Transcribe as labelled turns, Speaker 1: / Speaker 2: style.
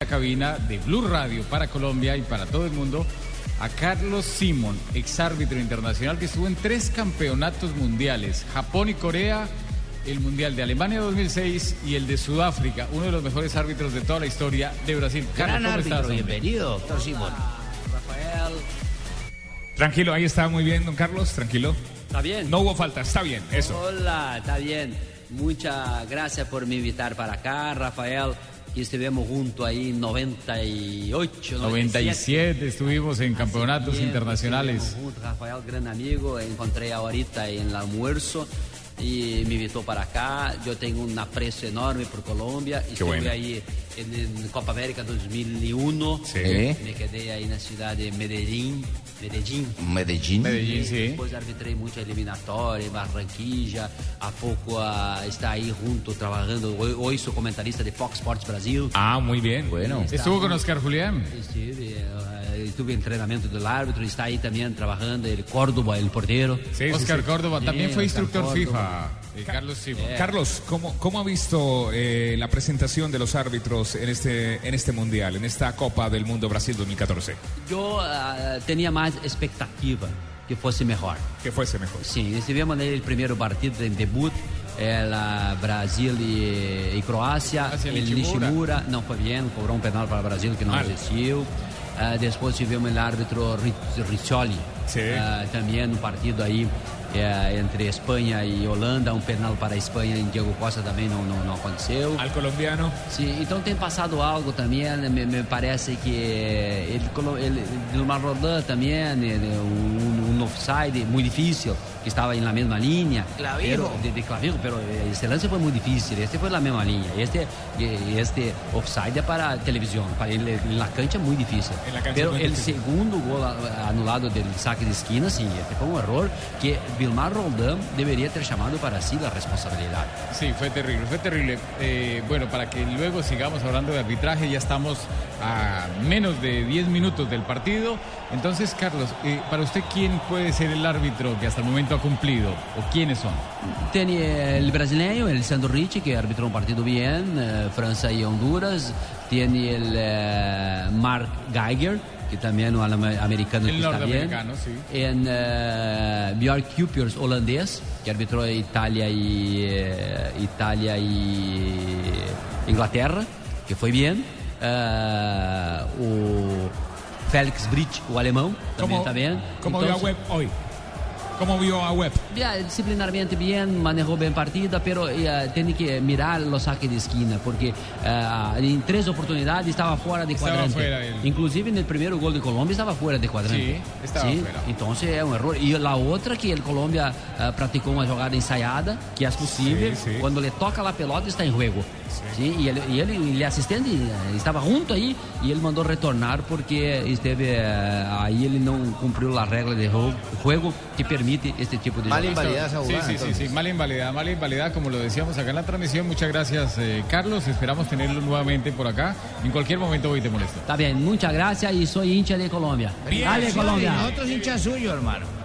Speaker 1: La cabina de Blue Radio para Colombia y para todo el mundo a Carlos Simon, ex árbitro internacional que estuvo en tres campeonatos mundiales, Japón y Corea, el Mundial de Alemania 2006 y el de Sudáfrica, uno de los mejores árbitros de toda la historia de Brasil. Carlos,
Speaker 2: Gran
Speaker 1: ¿cómo
Speaker 2: árbitro,
Speaker 1: estás, hombre?
Speaker 2: Ah, bienvenido, doctor Simón.
Speaker 3: Rafael.
Speaker 1: Tranquilo, ahí está muy bien, don Carlos, tranquilo.
Speaker 3: ¿Está bien?
Speaker 1: No hubo falta, está bien, eso.
Speaker 3: Hola, está bien. Muchas gracias por me invitar para acá, Rafael. Y estuvimos juntos ahí en 98,
Speaker 1: 97 estuvimos en campeonatos
Speaker 3: Bien,
Speaker 1: internacionales.
Speaker 3: estuvimos juntos, Rafael, gran amigo, encontré ahorita en el almuerzo y me invitó para acá. Yo tengo un aprecio enorme por Colombia. Estuve
Speaker 1: bueno.
Speaker 3: ahí en, en Copa América 2001.
Speaker 1: Sí.
Speaker 3: Me quedé ahí en la ciudad de Medellín. Medellín.
Speaker 2: Medellín.
Speaker 1: Medellín, sí.
Speaker 3: Después arbitré muchas eliminatorias, Barranquilla, a poco ah, está ahí junto trabajando. Hoy, hoy soy comentarista de Fox Sports Brasil.
Speaker 1: Ah, muy bien.
Speaker 2: Bueno.
Speaker 1: Estuvo con Oscar Julián.
Speaker 3: Estuve, eh, tuve entrenamiento del árbitro, está ahí también trabajando el Córdoba, el portero.
Speaker 1: Oscar Córdoba también
Speaker 3: Sí,
Speaker 1: fue
Speaker 3: Oscar
Speaker 1: instructor
Speaker 3: Córdoba.
Speaker 1: FIFA. Eh, de Carlos Simon.
Speaker 4: Eh, Carlos, ¿cómo, cómo ha visto eh, la presentación de los árbitros en este, en este Mundial, en esta Copa del Mundo Brasil 2014?
Speaker 3: Yo ah, tenía más expectativa que fuese mejor.
Speaker 4: Que fuese mejor.
Speaker 3: Sí, estuvimos en el primer né, partido en debut, el ah, Brasil y, y Croacia.
Speaker 1: Croacia,
Speaker 3: el
Speaker 1: Nishimura.
Speaker 3: Nishimura no fue bien, cobró un um penal para Brasil que no
Speaker 1: Mal.
Speaker 3: existió. Ah, después tuvimos el árbitro Ri- Riccioli.
Speaker 4: Sí.
Speaker 3: Ah, también un partido ahí eh, entre España y Holanda, un penal para España en Diego Costa también no, no, no aconteceu.
Speaker 4: Al colombiano.
Speaker 3: Sí, entonces então tem pasado algo también, me, me parece que el, colo- el, Dilmar Roldán también, eh, de un, un offside muy difícil, que estaba en la misma línea.
Speaker 2: Clavijo.
Speaker 3: Pero, de, de Clavijo, pero eh, este lance fue muy difícil, este fue la misma línea. Este, eh, este offside es para televisión, para el- en la cancha es muy difícil.
Speaker 4: En la cancha
Speaker 3: pero
Speaker 4: es muy
Speaker 3: el
Speaker 4: difícil.
Speaker 3: segundo gol a- anulado del saque de esquina, sí, este fue un error que Vilmar Roldán debería ter llamado para sí la responsabilidad.
Speaker 1: Sí, fue terrible, fue terrible. Eh, bueno, para que luego sigamos hablando de arbitraje, ya estamos a menos de 10 minutos del partido. Entonces, Carlos, eh, para usted, ¿quién puede ser el árbitro que hasta el momento ha cumplido? ¿O quiénes son?
Speaker 3: Tiene el brasileño, el Sandro Ricci, que arbitró un partido bien, eh, Francia y Honduras. Tiene el eh, Mark Geiger, que también un alame- americano
Speaker 1: El
Speaker 3: que está bien.
Speaker 1: norteamericano, sí.
Speaker 3: En eh, Björn Kuipers, holandés, que arbitró Italia y, eh, Italia y Inglaterra, que fue bien. Eh, o Félix Bridge, o alemán, también
Speaker 4: ¿Cómo,
Speaker 3: está bien.
Speaker 4: ¿cómo
Speaker 3: Entonces-
Speaker 4: vio a Webb hoy? ¿Cómo vio a Webb?
Speaker 3: ya, disciplinarmente bien, manejó bien partida, pero eh, tiene que mirar los saques de esquina, porque eh, en tres oportunidades estaba fuera de
Speaker 1: Estaba
Speaker 3: cuadrante.
Speaker 1: fuera él.
Speaker 3: Inclusive en el primer gol de Colombia estaba fuera de cuadrante.
Speaker 1: Sí, estaba fuera.
Speaker 3: Entonces es un error. Y la otra que el Colombia eh, practicó una jugada ensayada, que es posible,
Speaker 4: Sí, sí.
Speaker 3: cuando le toca la pelota está en juego. Sí, y, el, y él- y el asistente eh, estaba junto ahí y él mandó retornar porque esteve, eh, ahí él no cumplió la regla de juego, juego que permite este tipo de
Speaker 2: Mal
Speaker 3: jugadas.
Speaker 2: invalidada esa
Speaker 1: Sí,
Speaker 2: jugada.
Speaker 1: sí, sí,
Speaker 2: entonces.
Speaker 1: sí, mala invalidad, mala invalidad, como lo decíamos acá en la transmisión. Muchas gracias, eh, Carlos. Esperamos tenerlo nuevamente por acá. En cualquier momento hoy te molesto.
Speaker 3: Está bien, muchas gracias y soy hincha de Colombia.
Speaker 2: Bien,
Speaker 3: Dale,
Speaker 2: sí,
Speaker 3: Colombia.
Speaker 2: Nosotros hinchas suyo, hermano.